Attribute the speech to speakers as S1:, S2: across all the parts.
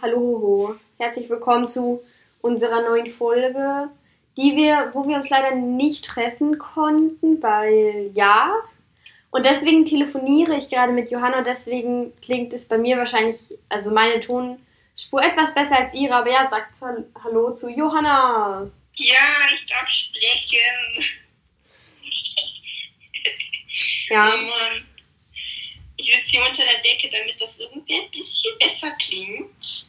S1: hallo, hoho. Herzlich willkommen zu unserer neuen Folge, die wir, wo wir uns leider nicht treffen konnten, weil ja. Und deswegen telefoniere ich gerade mit Johanna, und deswegen klingt es bei mir wahrscheinlich, also meine Tonspur etwas besser als ihre, aber ja, sagt hal- Hallo zu Johanna.
S2: Ja, ich darf sprechen.
S1: Ja.
S2: Oh Mann. Ich sitze hier unter der Decke, damit das irgendwie ein bisschen besser klingt.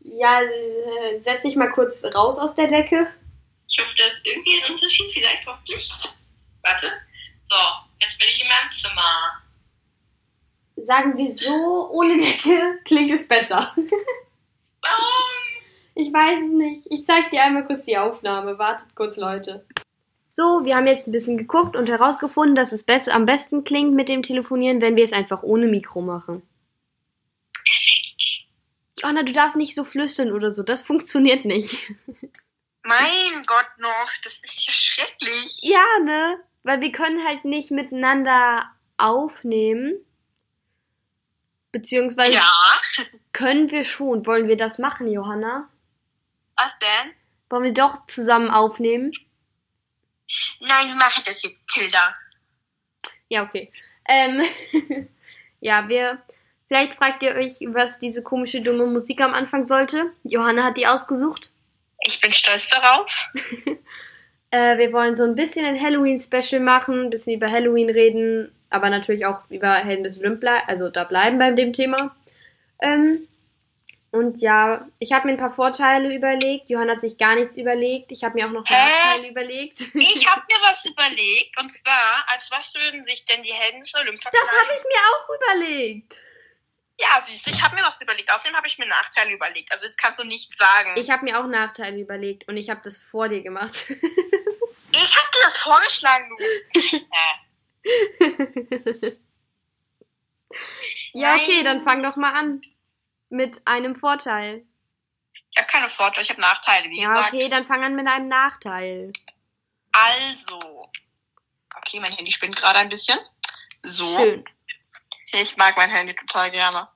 S1: Ja, äh, setz dich mal kurz raus aus der Decke.
S2: Ich hoffe, da ist irgendwie ein Unterschied, vielleicht auch nicht. Warte. So, jetzt bin ich in meinem Zimmer.
S1: Sagen wir so, ohne Decke klingt es besser.
S2: Warum?
S1: Ich weiß es nicht. Ich zeig dir einmal kurz die Aufnahme. Wartet kurz, Leute. So, wir haben jetzt ein bisschen geguckt und herausgefunden, dass es best am besten klingt mit dem Telefonieren, wenn wir es einfach ohne Mikro machen. Johanna, du darfst nicht so flüstern oder so. Das funktioniert nicht.
S2: Mein Gott noch, das ist ja schrecklich.
S1: Ja, ne? Weil wir können halt nicht miteinander aufnehmen. Beziehungsweise
S2: Ja,
S1: können wir schon. Wollen wir das machen, Johanna?
S2: was denn?
S1: Wollen wir doch zusammen aufnehmen?
S2: Nein, wir machen das jetzt, Tilda.
S1: Ja, okay. Ähm, ja, wir. Vielleicht fragt ihr euch, was diese komische, dumme Musik am Anfang sollte. Johanna hat die ausgesucht.
S2: Ich bin stolz darauf.
S1: Äh, wir wollen so ein bisschen ein Halloween-Special machen, ein bisschen über Halloween reden, aber natürlich auch über Helden des Lümpler, also da bleiben bei dem Thema. Ähm, und ja, ich habe mir ein paar Vorteile überlegt. Johanna hat sich gar nichts überlegt. Ich habe mir auch noch
S2: Hä?
S1: Nachteile überlegt.
S2: Ich habe mir was überlegt, und zwar, als was würden sich denn die Helden des Olymp
S1: Das
S2: verkleiden?
S1: habe ich mir auch überlegt.
S2: Ja, siehst du, ich habe mir was überlegt. Außerdem habe ich mir Nachteile überlegt. Also jetzt kannst du nichts sagen.
S1: Ich habe mir auch Nachteile überlegt und ich habe das vor dir gemacht.
S2: ich habe dir das vorgeschlagen, du.
S1: Ja,
S2: Nein.
S1: okay, dann fang doch mal an. Mit einem Vorteil.
S2: Ich habe keine Vorteile, ich habe Nachteile, wie
S1: Ja,
S2: gesagt.
S1: okay, dann fang an mit einem Nachteil.
S2: Also. Okay, mein Handy spinnt gerade ein bisschen. So.
S1: Schön.
S2: Ich mag mein Handy total gerne.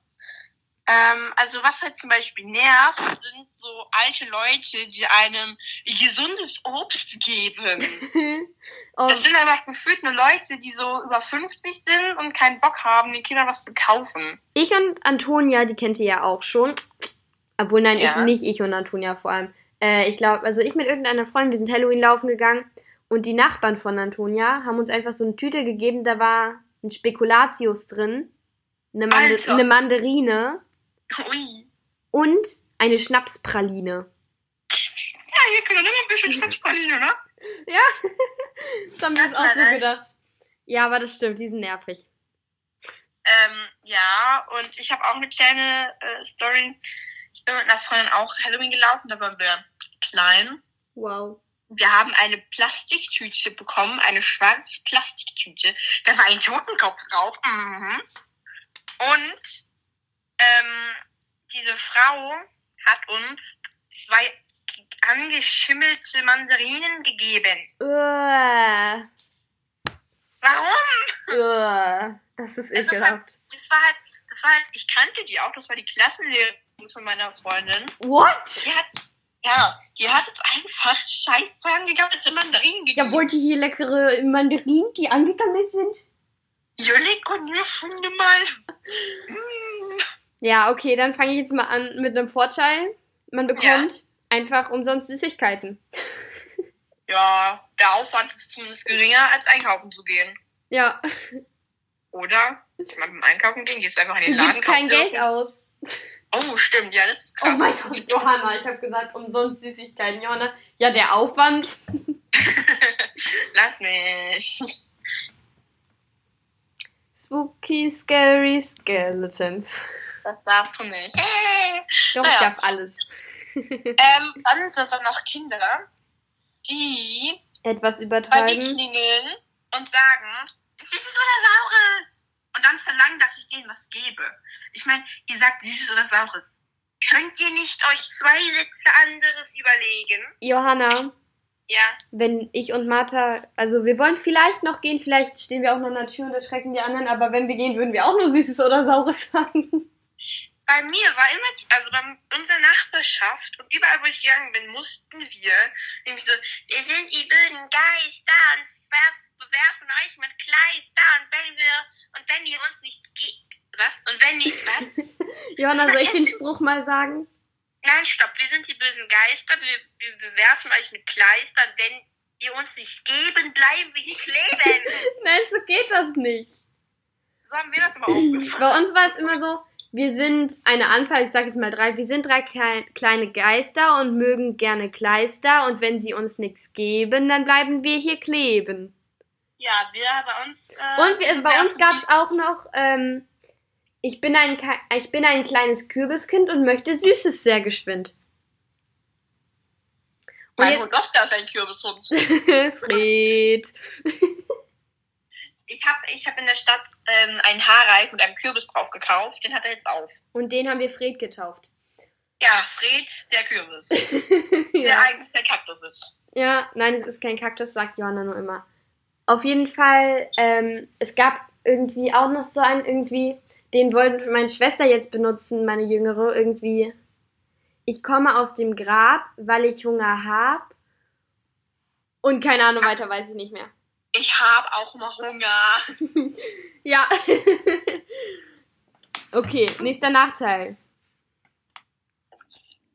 S2: Ähm, also was halt zum Beispiel nervt, sind so alte Leute, die einem gesundes Obst geben.
S1: oh,
S2: Das sind einfach gefühlt nur Leute, die so über 50 sind und keinen Bock haben, den Kindern was zu kaufen.
S1: ich und Antonia, die kennt ihr ja auch schon. Obwohl, nein,
S2: Ja.
S1: ich nicht, ich und Antonia vor allem. Äh, ich glaube, also ich mit irgendeiner Freundin, wir sind Halloween laufen gegangen und die Nachbarn von Antonia haben uns einfach so eine Tüte gegeben, da war ein Spekulatius drin, eine, Mande
S2: Alter.
S1: eine Mandarine
S2: Ui.
S1: und eine Schnapspraline.
S2: Ja, hier können wir immer ein bisschen Schnapspraline, oder?
S1: Das haben wir uns auch so gedacht. Ja, aber das stimmt, die sind nervig.
S2: Ähm, ja, und ich habe auch eine kleine äh, Story. Ich bin mit einer Freundin auch Halloween gelaufen, da waren wir klein.
S1: Wow.
S2: Wir haben eine Plastiktüte bekommen, eine schwarze Plastiktüte. Da war ein Totenkopf drauf. Mhm. Und ähm, diese Frau hat uns zwei angeschimmelte Mandarinen gegeben.
S1: Uah,
S2: Warum?
S1: uah, das ist
S2: Also
S1: ekelhaft.
S2: das war halt, das war halt, ich kannte die auch, das war die Klassenlehrerin von meiner Freundin.
S1: What?
S2: Die hat, ja, die hat uns einfach scheiß teuer angegammelte Mandarinen gegeben.
S1: Ja, wollt ihr hier leckere Mandarinen, die angegammelt sind?
S2: Jollik und Jürfunde mal. Mm.
S1: Ja, okay, dann fange ich jetzt mal an mit einem Vorteil. Man bekommt einfach umsonst Süßigkeiten.
S2: Ja, der Aufwand ist zumindest geringer, als einkaufen zu gehen.
S1: Ja,
S2: Oder? Ich meine, beim Einkaufen gehen, gehst du einfach in
S1: du
S2: den Laden.
S1: gibst kein
S2: kaufst dir
S1: Geld aus.
S2: was. Oh, stimmt, ja, das ist krass.
S1: Oh mein Gott, Johanna, ich habe gesagt, umsonst Süßigkeiten, Johanna. Ja, der Aufwand.
S2: Lass mich.
S1: Spooky, scary Skeletons.
S2: Das darfst du nicht. Hey.
S1: Doch, ich
S2: Naja.
S1: darf alles.
S2: Ähm, andere waren noch Kinder, die
S1: Etwas
S2: bei mir
S1: übertreiben.
S2: klingeln und sagen, süßes oder saures. Und dann verlangen, dass ich denen was gebe. Ich meine, ihr sagt süßes oder saures. Könnt ihr nicht euch zwei Sätze anderes überlegen?
S1: Johanna,
S2: Ja.
S1: wenn ich und Martha, also wir wollen vielleicht noch gehen, vielleicht stehen wir auch noch an der Tür und erschrecken die anderen, aber wenn wir gehen, würden wir auch nur Süßes oder Saures sagen.
S2: bei mir war immer, die- also bei unserer Nachbarschaft und überall, wo ich gegangen bin, mussten wir nämlich so, wir sind die böden Geister und werf- bewerfen euch mit Kleister und wenn wir, und wenn ihr uns nicht ge- was? Und wenn nicht was?
S1: Johanna, soll ich den Spruch mal sagen?
S2: Nein, stopp, wir sind die bösen Geister, wir, wir bewerfen euch mit Kleistern, wenn ihr uns nicht geben, bleiben wir hier kleben.
S1: Nein, so geht das nicht.
S2: So haben wir das immer aufgefangen.
S1: Bei uns war es immer so, wir sind eine Anzahl, ich sage jetzt mal drei, wir sind drei klei- kleine Geister und mögen gerne Kleister und wenn sie uns nichts geben, dann bleiben wir hier kleben.
S2: Ja, wir bei uns. Äh,
S1: Und wir, bei uns
S2: werfen
S1: gab es auch noch, ähm, ich bin, ein, Ka- ich bin ein kleines Kürbiskind und möchte Süßes sehr geschwind. Und
S2: Mein
S1: jetzt,
S2: Hund Oscar ist ein Kürbishund.
S1: Fred.
S2: Ich habe ich hab in der Stadt ähm, einen Haarreif mit einem Kürbis drauf gekauft, den hat er jetzt auf.
S1: Und den haben wir Fred getauft.
S2: Ja, Fred, der Kürbis. Der
S1: ja.
S2: eigentlich der Kaktus ist.
S1: Ja, nein, es ist kein Kaktus, sagt Johanna nur immer. Auf jeden Fall, ähm, es gab irgendwie auch noch so einen, irgendwie, den wollte meine Schwester jetzt benutzen, meine Jüngere, irgendwie. Ich komme aus dem Grab, weil ich Hunger hab. Und keine Ahnung, weiter weiß ich nicht mehr.
S2: Ich habe auch mal Hunger.
S1: Ja. okay, nächster Nachteil.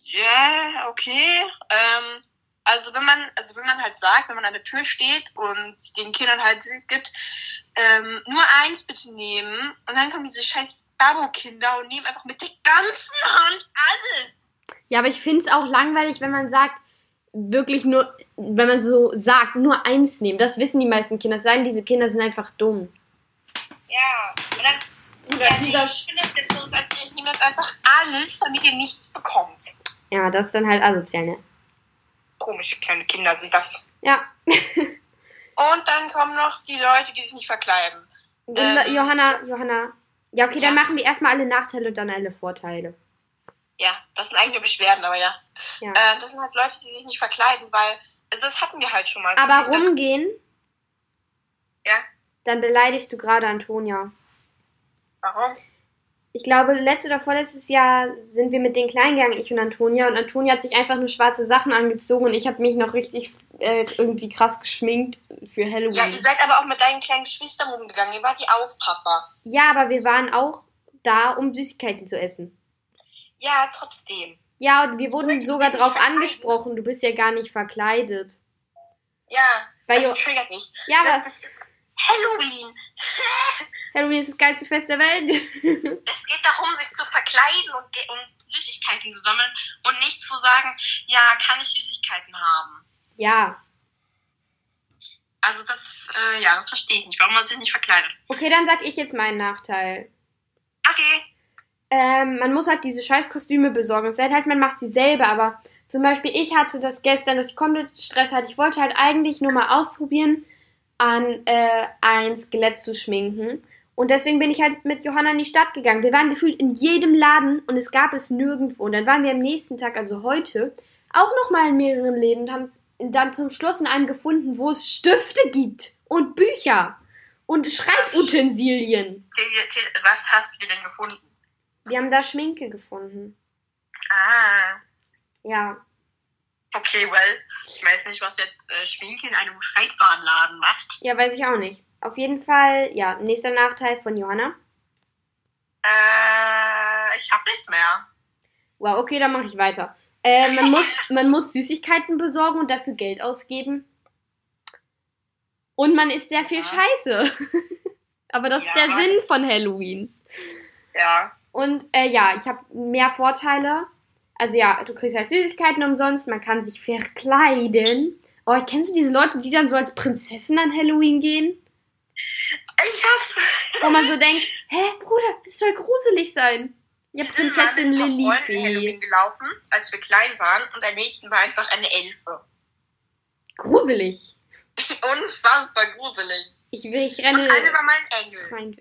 S2: Ja, okay. Ähm, also wenn man, also wenn man halt sagt, wenn man an der Tür steht und den Kindern halt Süßes gibt, ähm, nur eins bitte nehmen und dann kommen diese scheiß Babo-Kinder und nehmen einfach mit der ganzen Hand alles.
S1: Ja, aber ich find's auch langweilig, wenn man sagt, wirklich nur, wenn man so sagt, nur eins nehmen. Das wissen die meisten Kinder. Es sei denn, diese Kinder sind einfach dumm.
S2: Ja, und dann
S1: Oder
S2: ja,
S1: dieser
S2: nee, ich
S1: Sch-
S2: finde das jetzt so, als ich nehme jetzt einfach alles, damit ihr nichts bekommt.
S1: Ja, das ist dann halt asozial, ne?
S2: Komische kleine Kinder sind das.
S1: Ja.
S2: Und dann kommen noch die Leute, die sich nicht verkleiden. Ähm.
S1: Johanna, Johanna. Ja, okay, dann
S2: Ja.
S1: machen wir erstmal alle Nachteile und dann alle Vorteile.
S2: Ja, das sind eigentlich nur Beschwerden, aber ja.
S1: Ja.
S2: Äh, das sind halt Leute, die sich nicht verkleiden, weil also das hatten wir halt schon mal.
S1: Aber
S2: Das-
S1: rumgehen.
S2: Ja.
S1: Dann beleidigst du gerade Antonia.
S2: Warum?
S1: Ich glaube, letztes oder vorletztes Jahr sind wir mit den Kleinen gegangen, ich und Antonia. Und Antonia hat sich einfach nur schwarze Sachen angezogen und ich habe mich noch richtig äh, irgendwie krass geschminkt für Halloween.
S2: Ja, ihr seid aber auch mit deinen kleinen Geschwistern rumgegangen. Ihr wart die Aufpasser.
S1: Ja, aber wir waren auch da, um Süßigkeiten zu essen.
S2: Ja, trotzdem.
S1: Ja, und wir wurden sogar drauf angesprochen, du bist ja gar nicht verkleidet.
S2: Ja,
S1: Weil
S2: das
S1: Jo-
S2: triggert mich.
S1: ja, aber
S2: das, das ist Halloween.
S1: Halloween ist das geilste Fest der Welt.
S2: Es geht darum, sich zu verkleiden und, ge- und Süßigkeiten zu sammeln und nicht zu sagen, ja, kann ich Süßigkeiten haben.
S1: ja.
S2: Also das, äh, ja, das verstehe ich nicht, warum man sich nicht verkleidet.
S1: Okay, dann sag ich jetzt meinen Nachteil.
S2: Okay.
S1: Ähm, man muss halt diese scheiß Kostüme besorgen. Es sei denn halt, man macht sie selber, aber zum Beispiel ich hatte das gestern, dass ich komplett Stress hatte. Ich wollte halt eigentlich nur mal ausprobieren, an äh, ein Skelett zu schminken. Und deswegen bin ich halt mit Johanna in die Stadt gegangen. Wir waren gefühlt in jedem Laden und es gab es nirgendwo. Und dann waren wir am nächsten Tag, also heute, auch nochmal in mehreren Läden und haben es dann zum Schluss in einem gefunden, wo es Stifte gibt und Bücher und Schreibutensilien.
S2: Till- Till, Was hast du denn gefunden?
S1: Wir haben da Schminke gefunden.
S2: Ah,
S1: Ja.
S2: okay, well, ich weiß nicht, was jetzt äh, Schminke in einem Schreibwarenladen macht.
S1: Ja, weiß ich auch nicht. Auf jeden Fall, ja, nächster Nachteil von Johanna.
S2: Äh, ich hab nichts mehr.
S1: Wow, okay, dann mache ich weiter. Äh, man, muss, man muss Süßigkeiten besorgen und dafür Geld ausgeben. Und man isst sehr viel
S2: Ja.
S1: Scheiße. Aber das ist der
S2: Ja.
S1: Sinn von Halloween.
S2: Ja.
S1: Und äh, ja, ich habe mehr Vorteile. Also ja, du kriegst halt Süßigkeiten umsonst, man kann sich verkleiden. Oh, kennst du diese Leute, die dann so als Prinzessin an Halloween gehen?
S2: Ich hab's.
S1: Wo man so denkt, hä, Bruder, es soll gruselig sein. Ja,
S2: Wir sind mal
S1: Prinzessin
S2: mit ein paar Freunden
S1: Lilifee.
S2: Halloween gelaufen, als wir klein waren und ein Mädchen war einfach eine Elfe.
S1: Gruselig.
S2: Unfassbar gruselig.
S1: Ich will, ich
S2: Und
S1: renne.
S2: eine war mein Engel.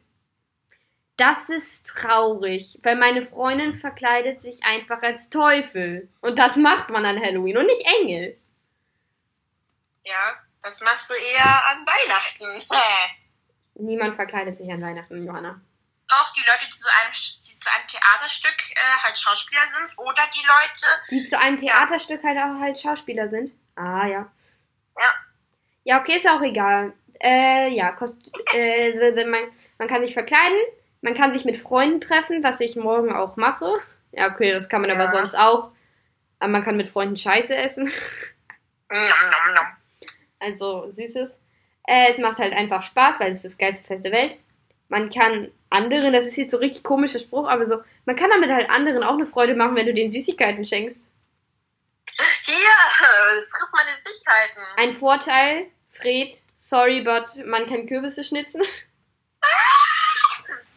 S1: Das ist traurig, weil meine Freundin verkleidet sich einfach als Teufel. Und das macht man an Halloween und nicht Engel.
S2: Ja, das machst du eher an Weihnachten.
S1: Niemand verkleidet sich an Weihnachten, Johanna.
S2: doch die Leute, die zu einem, Sch- die zu einem Theaterstück äh, halt Schauspieler sind oder die Leute,
S1: Die zu einem Theaterstück halt auch halt Schauspieler sind. Ah, ja.
S2: Ja.
S1: Ja, okay, ist auch egal. Äh, ja, kost äh, the- the- man, man kann sich verkleiden, man kann sich mit Freunden treffen, was ich morgen auch mache. Ja, okay, das kann man aber
S2: Ja.
S1: sonst auch. Aber man kann mit Freunden Scheiße essen.
S2: nom, nom, nom.
S1: Also Süßes. Äh, es macht halt einfach Spaß, weil es das geilste Fest der Welt. Man kann anderen, das ist jetzt so richtig komischer Spruch, aber so, man kann damit halt anderen auch eine Freude machen, wenn du denen Süßigkeiten schenkst.
S2: Hier, das kriegst meine Süßigkeiten.
S1: Ein Vorteil, Fred, sorry, but man kann Kürbisse schnitzen.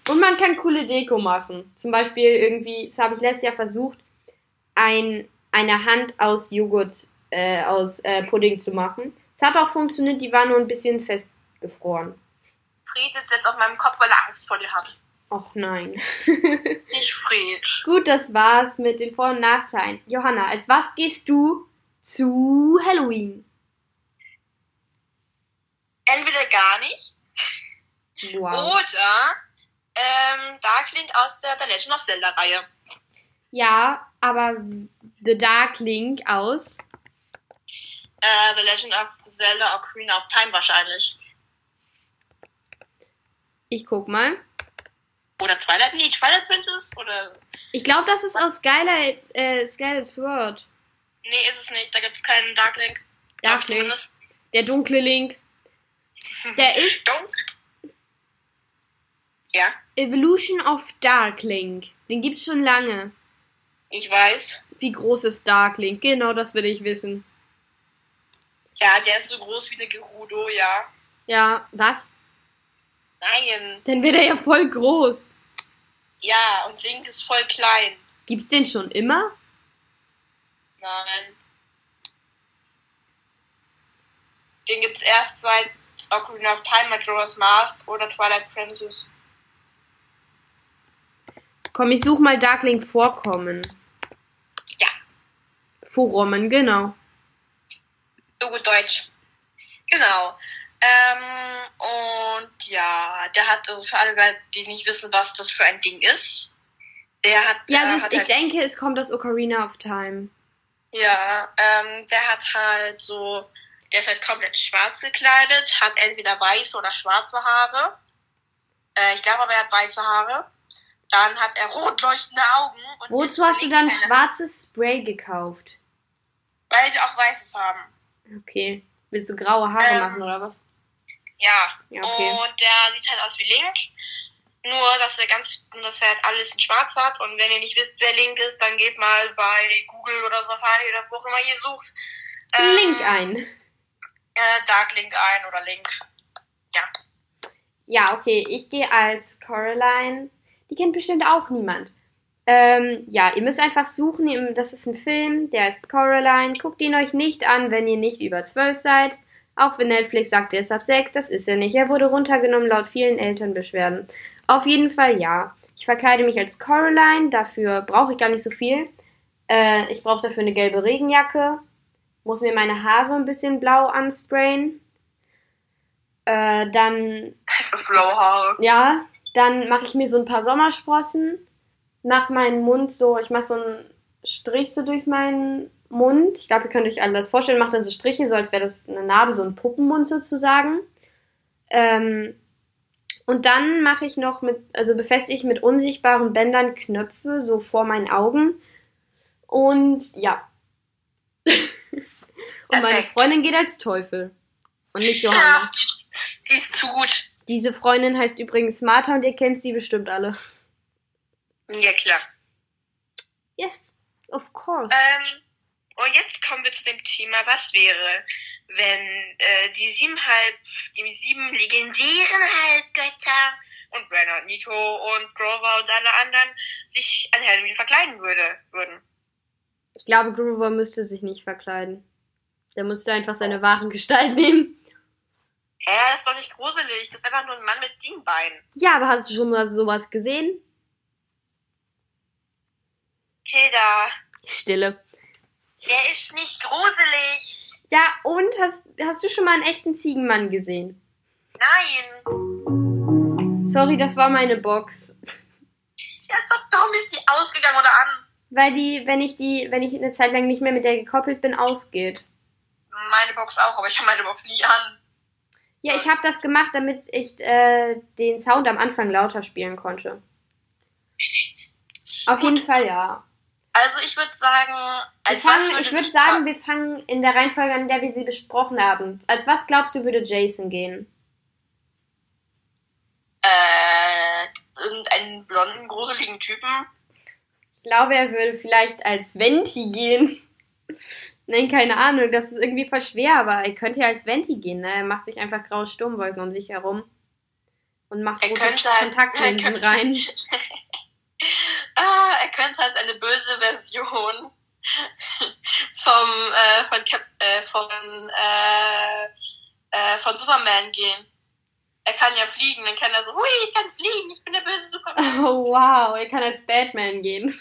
S1: Und man kann coole Deko machen. Zum Beispiel irgendwie, das habe ich letztes Jahr versucht, ein, eine Hand aus Joghurt, äh, aus äh, Pudding zu machen. Es hat auch funktioniert, die war nur ein bisschen festgefroren.
S2: Fred sitzt jetzt auf meinem Kopf, weil er Angst vor dir hat.
S1: Och nein.
S2: Nicht Fred.
S1: Gut, das war's mit den Vor- und Nachteilen. Johanna, als was gehst du zu Halloween?
S2: Entweder gar nicht Oh.
S1: Wow.
S2: oder ähm, Darkling aus der The Legend of Zelda-Reihe.
S1: Ja, aber The Dark Link aus
S2: Äh, The Legend of Zelda Ocarina of Time wahrscheinlich.
S1: Ich guck mal.
S2: Oder Twilight, nee, Twilight Princess oder...
S1: Ich glaube, das ist aus Skylight, äh, Skylight Sword.
S2: Nee, ist es nicht, da gibt's keinen Darkling.
S1: Dark Link.
S2: Zumindest-
S1: Der dunkle Link. Der ist
S2: Don't. Ja,
S1: Evolution of Dark Link. Den gibt's schon lange.
S2: ich weiß.
S1: Wie groß ist Dark Link? Genau das will ich wissen.
S2: Ja, der ist so groß wie eine Gerudo, ja.
S1: Ja, was?
S2: Nein.
S1: Dann wird er ja voll groß.
S2: Ja, und Link ist voll klein.
S1: Gibt's den schon immer?
S2: Nein. Den gibt's erst seit Ocarina of Time, Majora's Mask oder Twilight Princess.
S1: Komm, ich such mal Dark Link Vorkommen.
S2: Ja.
S1: Vorkommen, genau.
S2: So gut Deutsch. Genau. Ähm, und ja, der hat, also für alle, die nicht wissen, was das für ein Ding ist, der hat.
S1: Ja,
S2: der
S1: also es-
S2: hat
S1: ich
S2: halt-
S1: denke, es kommt aus Ocarina of Time.
S2: Ja, ähm, der hat halt so, der ist halt komplett schwarz gekleidet, hat entweder weiße oder schwarze Haare. Äh, ich glaube aber, er hat weiße Haare. Dann hat er rot leuchtende Augen. Und
S1: Wozu hast du dann
S2: keine-
S1: schwarzes Spray gekauft?
S2: Weil die auch weißes haben.
S1: Okay. Willst du graue Haare
S2: Ähm,
S1: machen oder was?
S2: Ja.
S1: Ja, okay.
S2: Und der sieht halt aus wie Link. Nur, dass er ganz, dass er halt alles in schwarz hat. Und wenn ihr nicht wisst, wer Link ist, dann geht mal bei Google oder Safari oder wo auch immer ihr sucht. ähm,
S1: Link ein.
S2: Äh, Dark Link ein oder Link.
S1: Ja, okay. Ich gehe als Coraline. Die kennt bestimmt auch niemand. Ähm, ja, ihr müsst einfach suchen. Ihr- Das ist ein Film, der heißt Coraline. Guckt ihn euch nicht an, wenn ihr nicht über 12 seid. Auch wenn Netflix sagt, er ist ab 6, das ist er nicht. Er wurde runtergenommen laut vielen Elternbeschwerden. Auf jeden Fall ja. Ich verkleide mich als Coraline. Dafür brauche ich gar nicht so viel. Äh, ich brauche dafür eine gelbe Regenjacke. Muss mir meine Haare ein bisschen blau ansprayen. Äh, dann
S2: Blaue Haare.
S1: ja, dann mache ich mir so ein paar Sommersprossen nach meinem Mund so, ich mache so einen Strich so durch meinen Mund. Ich glaube, ihr könnt euch alle das vorstellen, mache dann so Striche, so als wäre das eine Narbe, so ein Puppenmund sozusagen. Ähm, und dann mache ich noch mit, also befestige ich mit unsichtbaren Bändern Knöpfe so vor meinen Augen. Und ja. und meine
S2: Perfekt.
S1: Freundin geht als Teufel. Und nicht Johanna.
S2: Ja, die ist zu gut.
S1: Diese Freundin heißt übrigens Martha und ihr kennt sie bestimmt alle.
S2: Ja, klar.
S1: Yes, of course.
S2: Ähm, und jetzt kommen wir zu dem Thema, was wäre, wenn äh, die sieben halb, die sieben legendären Halbgötter und Brenner und Nico und Grover und alle anderen sich an Halloween verkleiden würde, würden.
S1: Ich glaube, Groover müsste sich nicht verkleiden. Der müsste einfach seine wahren Gestalt nehmen.
S2: Hä, das ist doch nicht gruselig. Das ist einfach nur ein Mann mit sieben Beinen.
S1: Ja, aber hast du schon mal sowas gesehen?
S2: Tilda,
S1: Stille.
S2: der ist nicht gruselig.
S1: Ja, und hast, hast du schon mal einen echten Ziegenmann gesehen?
S2: Nein.
S1: Sorry, das war meine Box.
S2: Ja, so dumm ist die ausgegangen oder an.
S1: Weil die, wenn ich die, wenn ich eine Zeit lang nicht mehr mit der gekoppelt bin, ausgeht.
S2: Meine Box auch, aber ich habe meine Box nie an.
S1: Ja, ich habe das gemacht, damit ich äh, den Sound am Anfang lauter spielen konnte. Auf jeden Fall ja.
S2: Also ich würde sagen,
S1: Wir
S2: als
S1: fangen,
S2: was würde
S1: ich würde
S2: sich-
S1: sagen, wir fangen in der Reihenfolge an, in der wir sie besprochen haben. Als was glaubst du, würde Jason gehen?
S2: äh, irgendeinen blonden, gruseligen Typen.
S1: Ich glaube, er würde vielleicht als Venti gehen. Nein, keine Ahnung, das ist irgendwie voll schwer, aber er könnte ja als Venti gehen, ne? Er macht sich einfach graue Sturmwolken um sich herum und macht
S2: Er
S1: rote
S2: könnte halt- er
S1: Kontaktlinsen
S2: könnte-
S1: rein.
S2: Ah, er könnte als eine böse Version vom äh, von Cap äh, von äh, äh, von Superman gehen. Er kann ja fliegen, dann kann er so, hui, ich kann fliegen, ich bin der böse Superman.
S1: Oh wow, er kann als Batman gehen.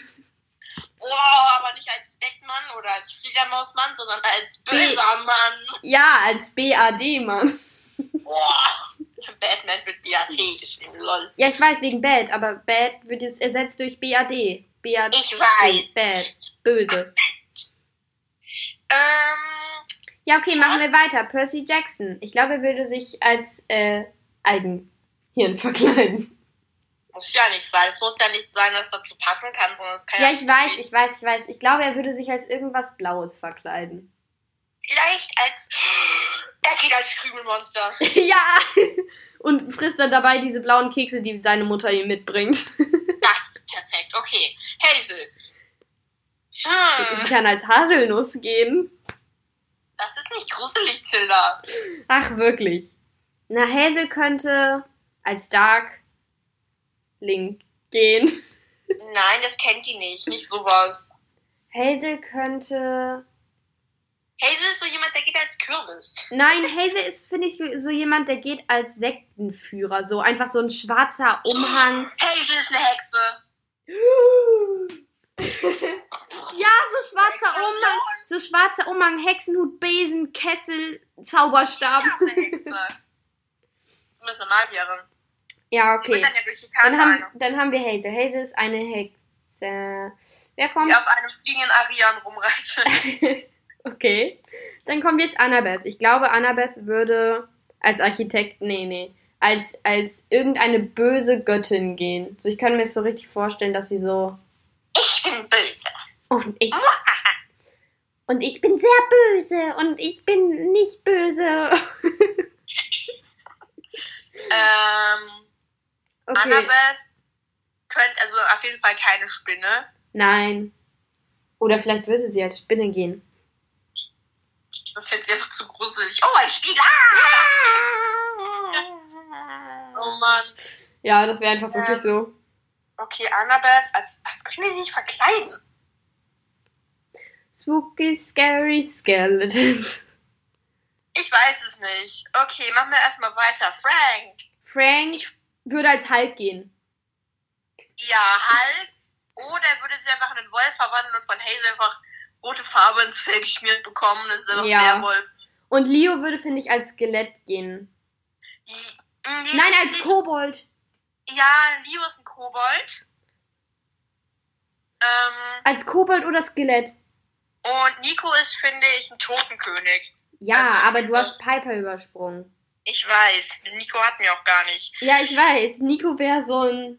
S2: Wow, aber nicht als Batman oder als Fledermausmann, sondern als böser Mann.
S1: Ja, als BAD, Mann.
S2: Wow. Batman wird BAT geschrieben, lol.
S1: Ja, ich weiß, wegen Bad, aber Bad wird jetzt ersetzt durch BAD. BAD.
S2: Ich weiß.
S1: Bad. Böse.
S2: Ähm,
S1: Ja, okay, machen wir weiter. Percy Jackson. Ich glaube, er würde sich als äh, Eigenhirn verkleiden.
S2: muss ja nicht sein. Es muss ja nicht sein, dass dazu passen kann, sondern es kann
S1: Ja, ich weiß, ich weiß, ich weiß. Ich glaube, er würde sich als irgendwas Blaues verkleiden.
S2: Vielleicht als. Er geht als Krümelmonster.
S1: ja! Und frisst dann dabei diese blauen Kekse, die seine Mutter ihm mitbringt.
S2: Das ist perfekt. Okay. Hazel.
S1: Sie
S2: Hm.
S1: kann als Haselnuss gehen.
S2: Das ist nicht gruselig, Tilda.
S1: Ach, wirklich. Na, Hazel könnte als Dark Link gehen.
S2: Nein, das kennt die nicht. Nicht sowas.
S1: Hazel könnte.
S2: Hazel ist so jemand, der geht als Kürbis.
S1: Nein, Hazel ist, finde ich, so jemand, der geht als Sektenführer. So einfach so ein schwarzer Umhang.
S2: Hazel ist eine Hexe.
S1: Ja, so schwarzer Umhang. So schwarzer Umhang, Hexenhut, Besen, Kessel, Zauberstab.
S2: Ja, eine Hexe. Du bist eine Magierin.
S1: Ja,
S2: Die wird
S1: okay.
S2: dann ja durch die Karte
S1: Dann haben,
S2: einer.
S1: dann haben wir Hazel. Hazel ist eine Hexe. Wer kommt?
S2: die auf einem fliegenden Arian rumreitet.
S1: Okay. Dann kommt jetzt Annabeth. Ich glaube, Annabeth würde als Architekt, nee, nee, als, als irgendeine böse Göttin gehen. So, ich kann mir es so richtig vorstellen, dass sie so.
S2: Ich bin böse.
S1: Und ich. Und ich bin sehr böse und ich bin nicht böse.
S2: Ähm,
S1: Okay.
S2: Annabeth könnte also auf jeden Fall keine Spinne.
S1: Nein. Oder vielleicht würde sie als Spinne gehen.
S2: Das fällt sie einfach zu gruselig. Oh, ein Spiegel. Ah! Oh Mann.
S1: Ja, das wäre einfach
S2: Ja.
S1: wirklich so.
S2: Okay, Annabeth, als was können wir nicht verkleiden?
S1: Spooky, scary skeletons.
S2: Ich weiß es nicht. Okay, machen wir erstmal weiter. Frank.
S1: Frank würde als Hulk gehen.
S2: Ja, halt. Oder er würde sie einfach in einen Wolf verwandeln und von Hazel einfach rote Farbe ins Fell geschmiert bekommen. Das ist einfach
S1: Ja.
S2: ja. der Wolf.
S1: Und Leo würde, finde ich, als Skelett gehen. Nein, als Kobold.
S2: Ja, Leo ist ein Kobold. Ähm,
S1: Als Kobold oder Skelett.
S2: und Nico ist, finde ich, ein Totenkönig.
S1: Ja,
S2: Also,
S1: aber du
S2: das-
S1: hast Piper übersprungen.
S2: Ich weiß. Nico hatten wir auch gar nicht.
S1: Ja, ich weiß. Nico wäre so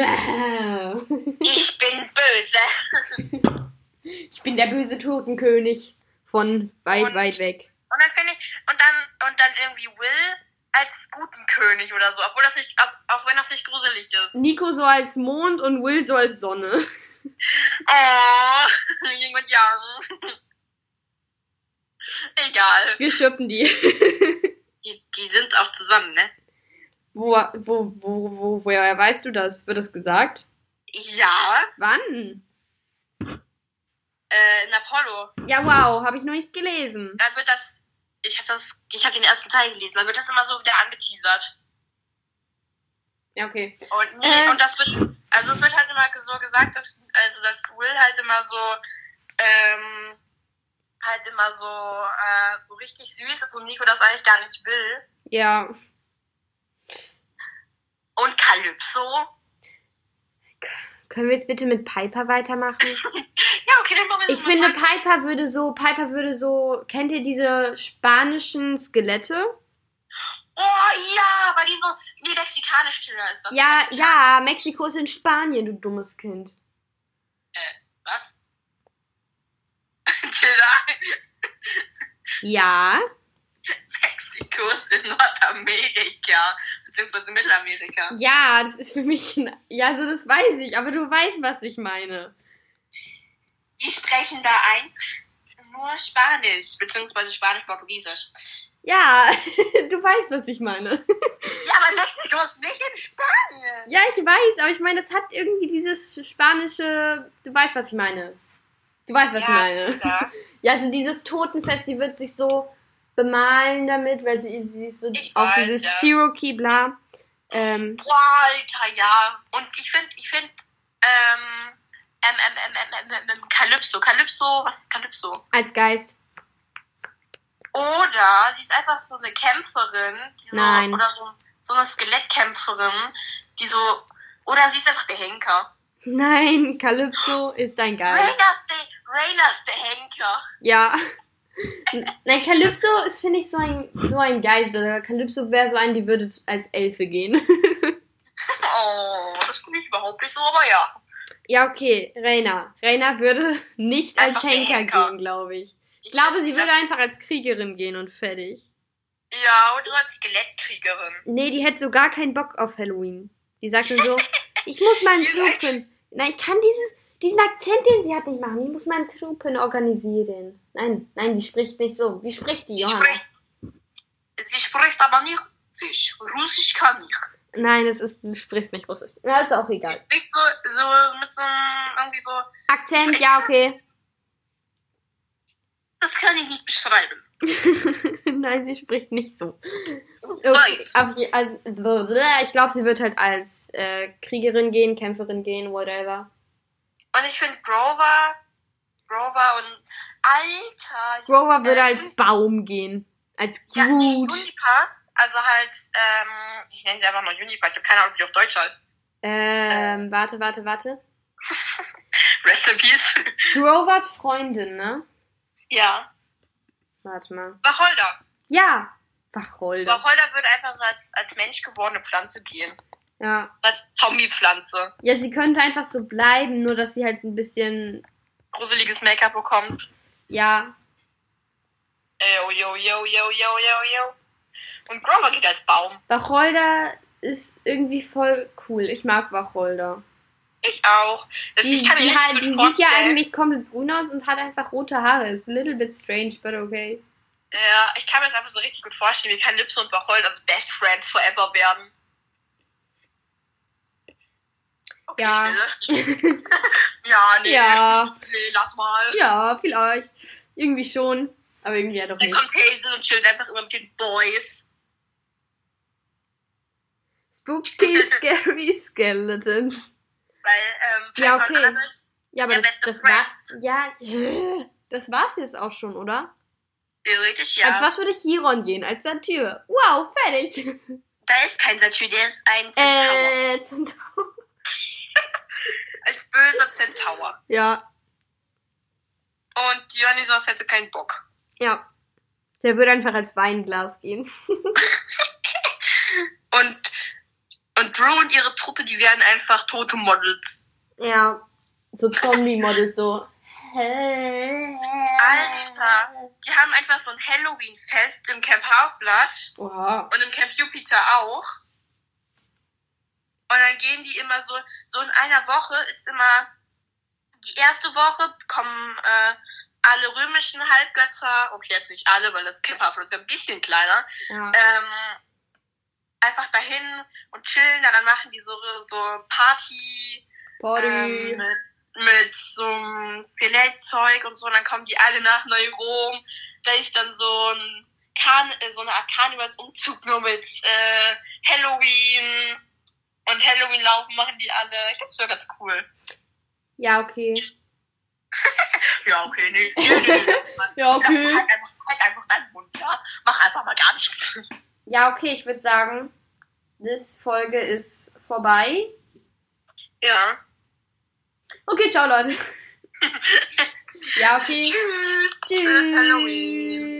S1: ein.
S2: Ich bin böse.
S1: Ich bin der böse Totenkönig. Von weit,
S2: Und-
S1: weit weg.
S2: Und dann finde ich, und dann, und dann irgendwie Will als guten König oder so, obwohl das nicht, auch, auch wenn das nicht gruselig ist.
S1: Nico so als Mond und Will so als Sonne.
S2: Oh, Ying und Yang. Egal.
S1: Wir schippen die.
S2: Die, die sind auch zusammen, ne?
S1: Wo, wo, wo, wo, woher weißt du das? Wird das gesagt?
S2: Ja,
S1: Wann?
S2: äh, in Apollo.
S1: Ja, wow, habe ich noch nicht gelesen.
S2: Da wird das, ich habe das, ich habe den ersten Teil gelesen, da wird das immer so wieder angeteasert.
S1: Ja, okay.
S2: Und, nee,
S1: Äh.
S2: und das wird, also es wird halt immer so gesagt, dass, also dass Will halt immer so, ähm, halt immer so, äh, so richtig süß ist und Nico das eigentlich gar nicht will.
S1: Ja,
S2: Und Calypso.
S1: Können wir jetzt bitte mit Piper weitermachen?
S2: Ja, okay, dann machen wir das
S1: Ich
S2: mal
S1: finde,
S2: weiter.
S1: Piper würde so, Piper würde so, kennt ihr diese spanischen Skelette?
S2: Oh ja, weil die so. Nee, mexikanisch Thriller ne, ist das.
S1: Ja, ja, Mexiko ist in Spanien, du dummes Kind.
S2: Was? Thriller.
S1: Ja,
S2: Mexiko ist in Nordamerika. Beziehungsweise Mittelamerika.
S1: ja, das ist für mich ein, ja, also das weiß ich, aber du weißt, was ich meine.
S2: Die sprechen da ein. Nur Spanisch. Beziehungsweise Spanisch-Portugiesisch.
S1: Ja, du weißt, was ich meine.
S2: Ja, aber Mexiko ist nicht in Spanien.
S1: Ja, ich weiß, aber ich meine, das hat irgendwie dieses spanische, du weißt, was ich meine. Du weißt, was ich meine.
S2: Ja.
S1: Ja, also dieses Totenfest, die wird sich so bemalen damit, weil sie, sie ist so
S2: Ich
S1: auch
S2: weiß,
S1: dieses
S2: ja.
S1: Cherokee, bla. Ähm,
S2: Boah, Alter, ja. Und ich finde, ich finde, ähm, ähm, ähm, ähm, ähm, ähm, ähm, Calypso. Calypso, was ist Calypso?
S1: als Geist.
S2: Oder sie ist einfach so eine Kämpferin. Die so,
S1: Nein.
S2: Oder so, so eine Skelettkämpferin, die so. Oder sie ist einfach der Henker.
S1: Nein, Calypso ist ein Geist.
S2: Rayners der, Rayners der Henker.
S1: Ja. Nein, Calypso ist, finde ich, so ein, so ein Geist. Oder Calypso wäre so ein, die würde als Elfe gehen.
S2: Oh, das finde ich überhaupt nicht so, aber ja.
S1: ja, okay, Reina. Reina würde nicht als
S2: Einfach
S1: Henker,
S2: Henker.
S1: gehen, glaube ich. Ich glaube, sie
S2: Ich-
S1: würde einfach als Kriegerin gehen und fertig.
S2: Ja, oder als Skelettkriegerin.
S1: Nee, die hätte so gar keinen Bock auf Halloween. Die sagt dann so, ich muss meinen
S2: Die sagt-
S1: Truppen. Nein, ich kann dieses, diesen Akzent, den sie hat, nicht machen. Ich muss meinen Truppen organisieren. Nein, nein, die spricht nicht so. Wie spricht die, Johanna?
S2: spricht, sie spricht aber nicht Russisch. Russisch kann ich.
S1: Nein, es ist, du sprichst nicht Russisch. Na, ist auch egal.
S2: Nicht so, so mit so einem, irgendwie so,
S1: Akzent, ja, okay.
S2: das kann ich nicht beschreiben.
S1: nein, sie spricht nicht so. Okay,
S2: Weiß.
S1: auf je- also, ich glaube, sie wird halt als äh, Kriegerin gehen, Kämpferin gehen, whatever.
S2: Und ich finde Grover, Grover und Alter.
S1: Grover würde als Baum gehen. Als
S2: Ja, nee,
S1: Groot.
S2: Juniper, also halt, ähm, ich nenne sie einfach mal Juniper, ich habe keine Ahnung, wie die auf Deutsch heißt.
S1: Ähm, warte, warte, warte.
S2: Rest in Peace.
S1: Grovers Freundin, ne?
S2: ja.
S1: Warte mal.
S2: Wacholder.
S1: Ja, Wacholder.
S2: Wacholder würde einfach so als, als Mensch gewordene Pflanze gehen.
S1: Ja.
S2: Als Zombie-Pflanze.
S1: ja, sie könnte einfach so bleiben, nur dass sie halt ein bisschen,
S2: Gruseliges Make-up bekommt.
S1: ja,
S2: Yo, yo, yo, yo, yo, yo, yo. Und Grover geht als Baum.
S1: Wacholder ist irgendwie voll cool. Ich mag Wacholder.
S2: Ich auch. Das,
S1: Die,
S2: ich
S1: die,
S2: kann mir nichts
S1: ha-
S2: mit
S1: die sieht ja
S2: vorstellen.
S1: eigentlich komplett grün aus und hat einfach rote Haare. Ist a little bit strange, but okay.
S2: Ja, ich kann mir das einfach so richtig gut vorstellen, wie Calypso und Wacholder also Best Friends Forever werden. Okay,
S1: Ja.
S2: ich will das. ja, nee.
S1: Ja,
S2: Nee, lass mal.
S1: ja, vielleicht. Irgendwie schon, aber irgendwie ja doch
S2: Dann
S1: nicht.
S2: kommt Hazel und chillt einfach immer mit den Boys.
S1: Spooky, scary Skeletons.
S2: Weil, ähm,
S1: Ja,
S2: Pepper
S1: okay.
S2: und Alice-
S1: Ja, aber
S2: Ja,
S1: das,
S2: beste
S1: das war, ja, das war's jetzt auch schon, oder?
S2: Theoretisch ja.
S1: Als was würde Chiron gehen? Als Satyr. Wow, fertig.
S2: da ist kein Satyr, der ist ein Zentaur.
S1: Äh, Zentaur.
S2: Ein böser Zentaur.
S1: ja,
S2: Und Dionysos hätte keinen Bock.
S1: ja. Der würde einfach als Weinglas gehen.
S2: Und, und Drew und ihre Truppe, die wären einfach tote Models.
S1: Ja. So Zombie-Models, so. Alter.
S2: Alter. Die haben einfach so ein Halloween-Fest im Camp Halfblatt
S1: Oha.
S2: und im Camp Jupiter auch. Und dann gehen die immer so, so in einer Woche ist immer, die erste Woche kommen äh, alle römischen Halbgötter, okay, jetzt nicht alle, weil das Camp Halfblatt ist ja ein bisschen kleiner,
S1: Ja.
S2: ähm, einfach dahin und chillen, dann machen die so, so Party,
S1: Party.
S2: ähm, mit, mit so einem Skelettzeug und so. Und dann kommen die alle nach Neu-Rom. Da ist dann so, ein Karne, äh, so eine Art Karnevalsumzug nur mit äh, Halloween. Und Halloween laufen machen die alle. Ich glaube, das wäre ganz cool.
S1: Ja, okay.
S2: Ja, okay, nee. nee, nee, nee. Man-
S1: Ja,
S2: Lass Halt einfach, halt einfach deinen Mund, ja? Mach einfach mal gar nichts.
S1: Ja, okay, ich würde sagen, Gedächtnisfolge ist vorbei.
S2: Ja.
S1: Okay, ciao Leute. ja, okay.
S2: Tschüss.
S1: Tschüss.
S2: Halloween.